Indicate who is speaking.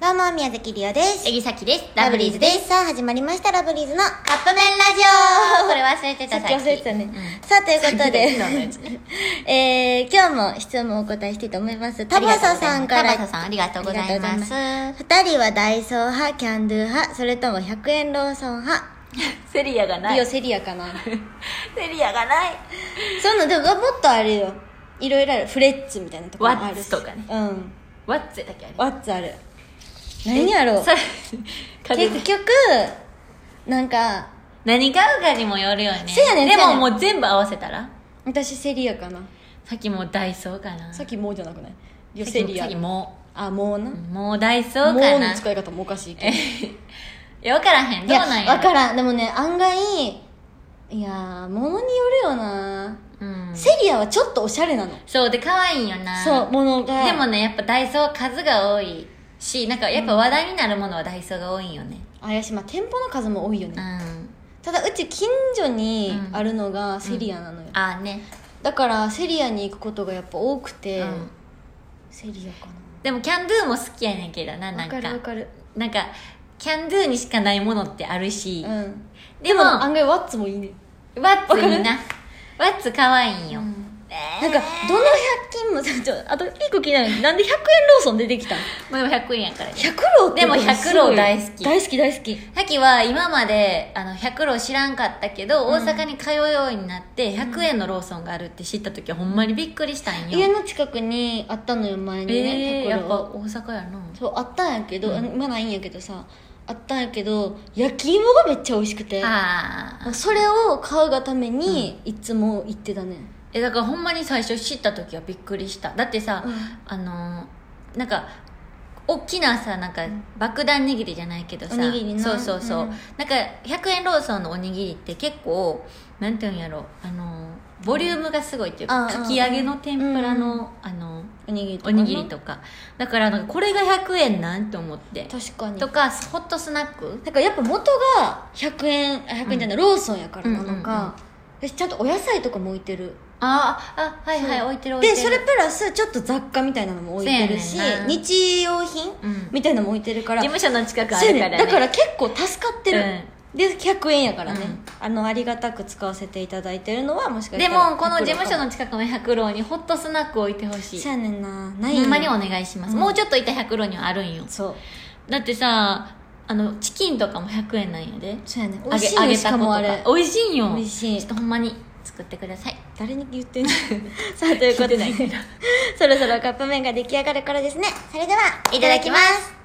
Speaker 1: どうも、宮崎りおです。
Speaker 2: えぎさきです。
Speaker 1: ラブリーズです。さあ、始まりました、ラブリーズのカップ麺ラジオ
Speaker 2: これ忘れてた
Speaker 1: さっき忘れてたね、さあということで
Speaker 2: さっきのやつね
Speaker 1: えー、今日も質問をお答えしたいと思いますタバサさんから
Speaker 2: タバサさんありがとうございます
Speaker 1: 2人はダイソー派キャンドゥ派それとも100円ローソン派
Speaker 2: セリアがな
Speaker 1: リオ
Speaker 2: い。
Speaker 1: セリアかな
Speaker 2: セリアがない。
Speaker 1: そんなでももっとあるよいろいろあるフレッツみたいなところもあるし
Speaker 2: ワッツとかね
Speaker 1: うん
Speaker 2: ワッツだけあれ。
Speaker 1: ワッツある何やろう
Speaker 2: さ風
Speaker 1: 結
Speaker 2: 邪
Speaker 1: 局なんか
Speaker 2: 何買うかにもよるよね。
Speaker 1: せやねん
Speaker 2: で
Speaker 1: せや
Speaker 2: も
Speaker 1: ねん
Speaker 2: もう全部合わせたら
Speaker 1: 私セリアかな
Speaker 2: さっきもうダイソーかな。
Speaker 1: さっきもうじゃなくないリオ
Speaker 2: さっ
Speaker 1: セ
Speaker 2: き
Speaker 1: リ
Speaker 2: さ
Speaker 1: ア
Speaker 2: っきも
Speaker 1: あもうな
Speaker 2: う。もうダイソ
Speaker 1: もう
Speaker 2: ーかな
Speaker 1: の。使い方もおかしいけど
Speaker 2: いや、わからへん。
Speaker 1: い
Speaker 2: どう
Speaker 1: や、
Speaker 2: なんや。
Speaker 1: わからん。でもね、案外、いやー、ものによるよな、
Speaker 2: うん。
Speaker 1: セリアはちょっとおしゃれなの。
Speaker 2: そう、で、可愛いんよな。
Speaker 1: そう、ものが。
Speaker 2: でもね、やっぱダイソー数が多いし、なんかやっぱ話題になるものはダイソーが多いんよね。
Speaker 1: あ、やし、まあ、店舗の数も多いよ
Speaker 2: う
Speaker 1: ね。
Speaker 2: ん。
Speaker 1: ただ、うち近所に
Speaker 2: うん
Speaker 1: あるのがセリアなのよ。
Speaker 2: ああね。
Speaker 1: だから、セリアに行くことがやっぱ多くて、
Speaker 2: うん
Speaker 1: セリアか
Speaker 2: でもキャンドゥも好きやねんけど
Speaker 1: な。
Speaker 2: なな
Speaker 1: わ
Speaker 2: ん
Speaker 1: か
Speaker 2: か
Speaker 1: るわかる。
Speaker 2: なんかキャンドゥにしかないものってあるし、
Speaker 1: うん。
Speaker 2: でも
Speaker 1: 案外、ワッツもいいね。
Speaker 2: ワッツいいなワッツ可愛いんよ、
Speaker 1: うん
Speaker 2: えー
Speaker 1: なんか、どの100均も、ちょ、あと、一個気になるのなんで100円ローソン出てきたの
Speaker 2: もう100円やからね
Speaker 1: ?100 ローって
Speaker 2: でも100ロー大好き
Speaker 1: 大好き大好き。
Speaker 2: さっきは今まであの100ロー知らんかったけど、大阪に通うようになって100円のローソンがあるって知った時はほんまにびっくりしたんよ
Speaker 1: 家の近くにあったのよ前にね、
Speaker 2: えー、やっぱ
Speaker 1: ろ
Speaker 2: 大阪やな
Speaker 1: そうあったんやけど、
Speaker 2: うん
Speaker 1: あの今ないんやけどさあったんやけど焼き芋がめっちゃ美味しくて
Speaker 2: ああ
Speaker 1: それを買うがために、いつも行ってたね
Speaker 2: えだからほんまに最初知った時はびっくりしただってさ、
Speaker 1: うん
Speaker 2: あのーなんか大きなさなんか爆弾握りじゃないけどさ
Speaker 1: おにぎりな
Speaker 2: そうそうそう、
Speaker 1: うん
Speaker 2: なんか100円ローソンのおにぎりって結構なんていうんやろあのーボリュームがすごいっていうか、
Speaker 1: うん
Speaker 2: かき揚げの天ぷらの、
Speaker 1: うん
Speaker 2: あのー
Speaker 1: おにぎりと
Speaker 2: お
Speaker 1: か
Speaker 2: にぎりとかだからなんかこれが100円なんと思って
Speaker 1: 確かに
Speaker 2: とかホットスナック
Speaker 1: なんかやっぱ元が100円あ100円じゃない、ローソンやからなのか、私ちゃんとお野菜とかも置いてる
Speaker 2: あーあはいはい
Speaker 1: そう
Speaker 2: 置いてる置いて
Speaker 1: で
Speaker 2: る
Speaker 1: それプラスちょっと雑貨みたいなのも置いてるし
Speaker 2: そうやねんな
Speaker 1: 日用品、
Speaker 2: うん
Speaker 1: みたいなのも置いてるから
Speaker 2: 事務所の近くあ
Speaker 1: そうや
Speaker 2: る
Speaker 1: ね
Speaker 2: から
Speaker 1: ん
Speaker 2: ね
Speaker 1: だから結構助かってる、で100円やからね、
Speaker 2: うん
Speaker 1: あのありがたく使わせていただいてるのはもしかし
Speaker 2: で
Speaker 1: たら
Speaker 2: もこの事務所
Speaker 1: の
Speaker 2: の近くの百郎にホットスナック置いてほしい
Speaker 1: そうやねんなない
Speaker 2: ほんまにお願いします、
Speaker 1: うん
Speaker 2: もうちょっといた百郎にはあるんよ
Speaker 1: そう
Speaker 2: だってさあのチキンとかも100円なんやで
Speaker 1: そうやねん美
Speaker 2: 揚
Speaker 1: 味
Speaker 2: げ
Speaker 1: しい
Speaker 2: 揚
Speaker 1: ね
Speaker 2: げ
Speaker 1: したか
Speaker 2: こと
Speaker 1: もあ
Speaker 2: か
Speaker 1: れ
Speaker 2: 美味しいんよ
Speaker 1: 美味しい
Speaker 2: ちょっとほんまに作ってください
Speaker 1: 誰に言 ってんのさあということで
Speaker 2: 聞いてないけど
Speaker 1: そろそろカップ麺が出来上がるからですねそれではい
Speaker 2: ただきます